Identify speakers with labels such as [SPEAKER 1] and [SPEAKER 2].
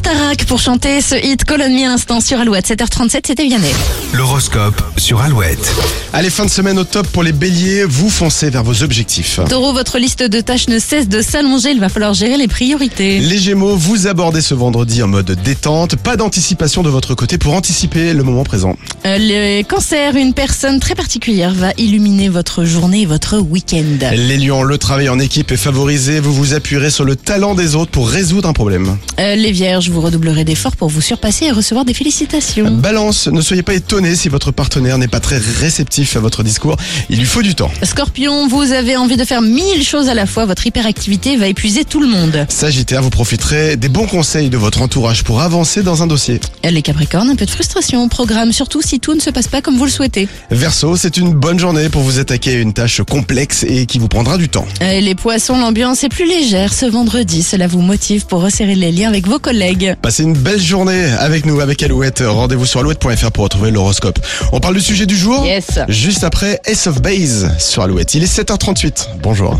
[SPEAKER 1] Starak pour chanter ce hit Colonne Me à l'instant sur Alouette 7h37 c'était Vianney.
[SPEAKER 2] L'horoscope sur Alouette.
[SPEAKER 3] Allez, fin de semaine au top pour les béliers, vous foncez vers vos objectifs.
[SPEAKER 1] Taureau votre liste de tâches ne cesse de s'allonger, il va falloir gérer les priorités.
[SPEAKER 3] Les gémeaux, vous abordez ce vendredi en mode détente, pas d'anticipation de votre côté pour anticiper le moment présent.
[SPEAKER 1] Euh, les cancers, une personne très particulière va illuminer votre journée et votre week-end.
[SPEAKER 3] Les lions, le travail en équipe est favorisé, vous vous appuierez sur le talent des autres pour résoudre un problème.
[SPEAKER 1] Euh, les vierges, vous redoublerez d'efforts pour vous surpasser et recevoir des félicitations.
[SPEAKER 3] Balance, ne soyez pas étonné si votre partenaire n'est pas très réceptif à votre discours, il lui faut du temps.
[SPEAKER 1] Scorpion, vous avez envie de faire mille choses à la fois, votre hyperactivité va épuiser tout le monde.
[SPEAKER 3] Sagittaire, vous profiterez des bons conseils de votre entourage pour avancer dans un dossier.
[SPEAKER 1] Euh, Les capricornes, un peu de frustration au programme, surtout si tout ne se passe pas comme vous le souhaitez.
[SPEAKER 3] Verseau, c'est une bonne journée pour vous attaquer à une tâche complexe et qui vous prendra du temps.
[SPEAKER 1] Euh, les poissons, l'ambiance est plus légère ce vendredi, cela vous motive pour resserrer les liens avec vos collègues.
[SPEAKER 3] Passez une belle journée avec nous, avec Alouette. Rendez-vous sur alouette.fr pour retrouver l'horoscope. On parle du sujet du jour
[SPEAKER 1] Yes.
[SPEAKER 3] Juste après S of Base sur Alouette. Il est 7h38. Bonjour.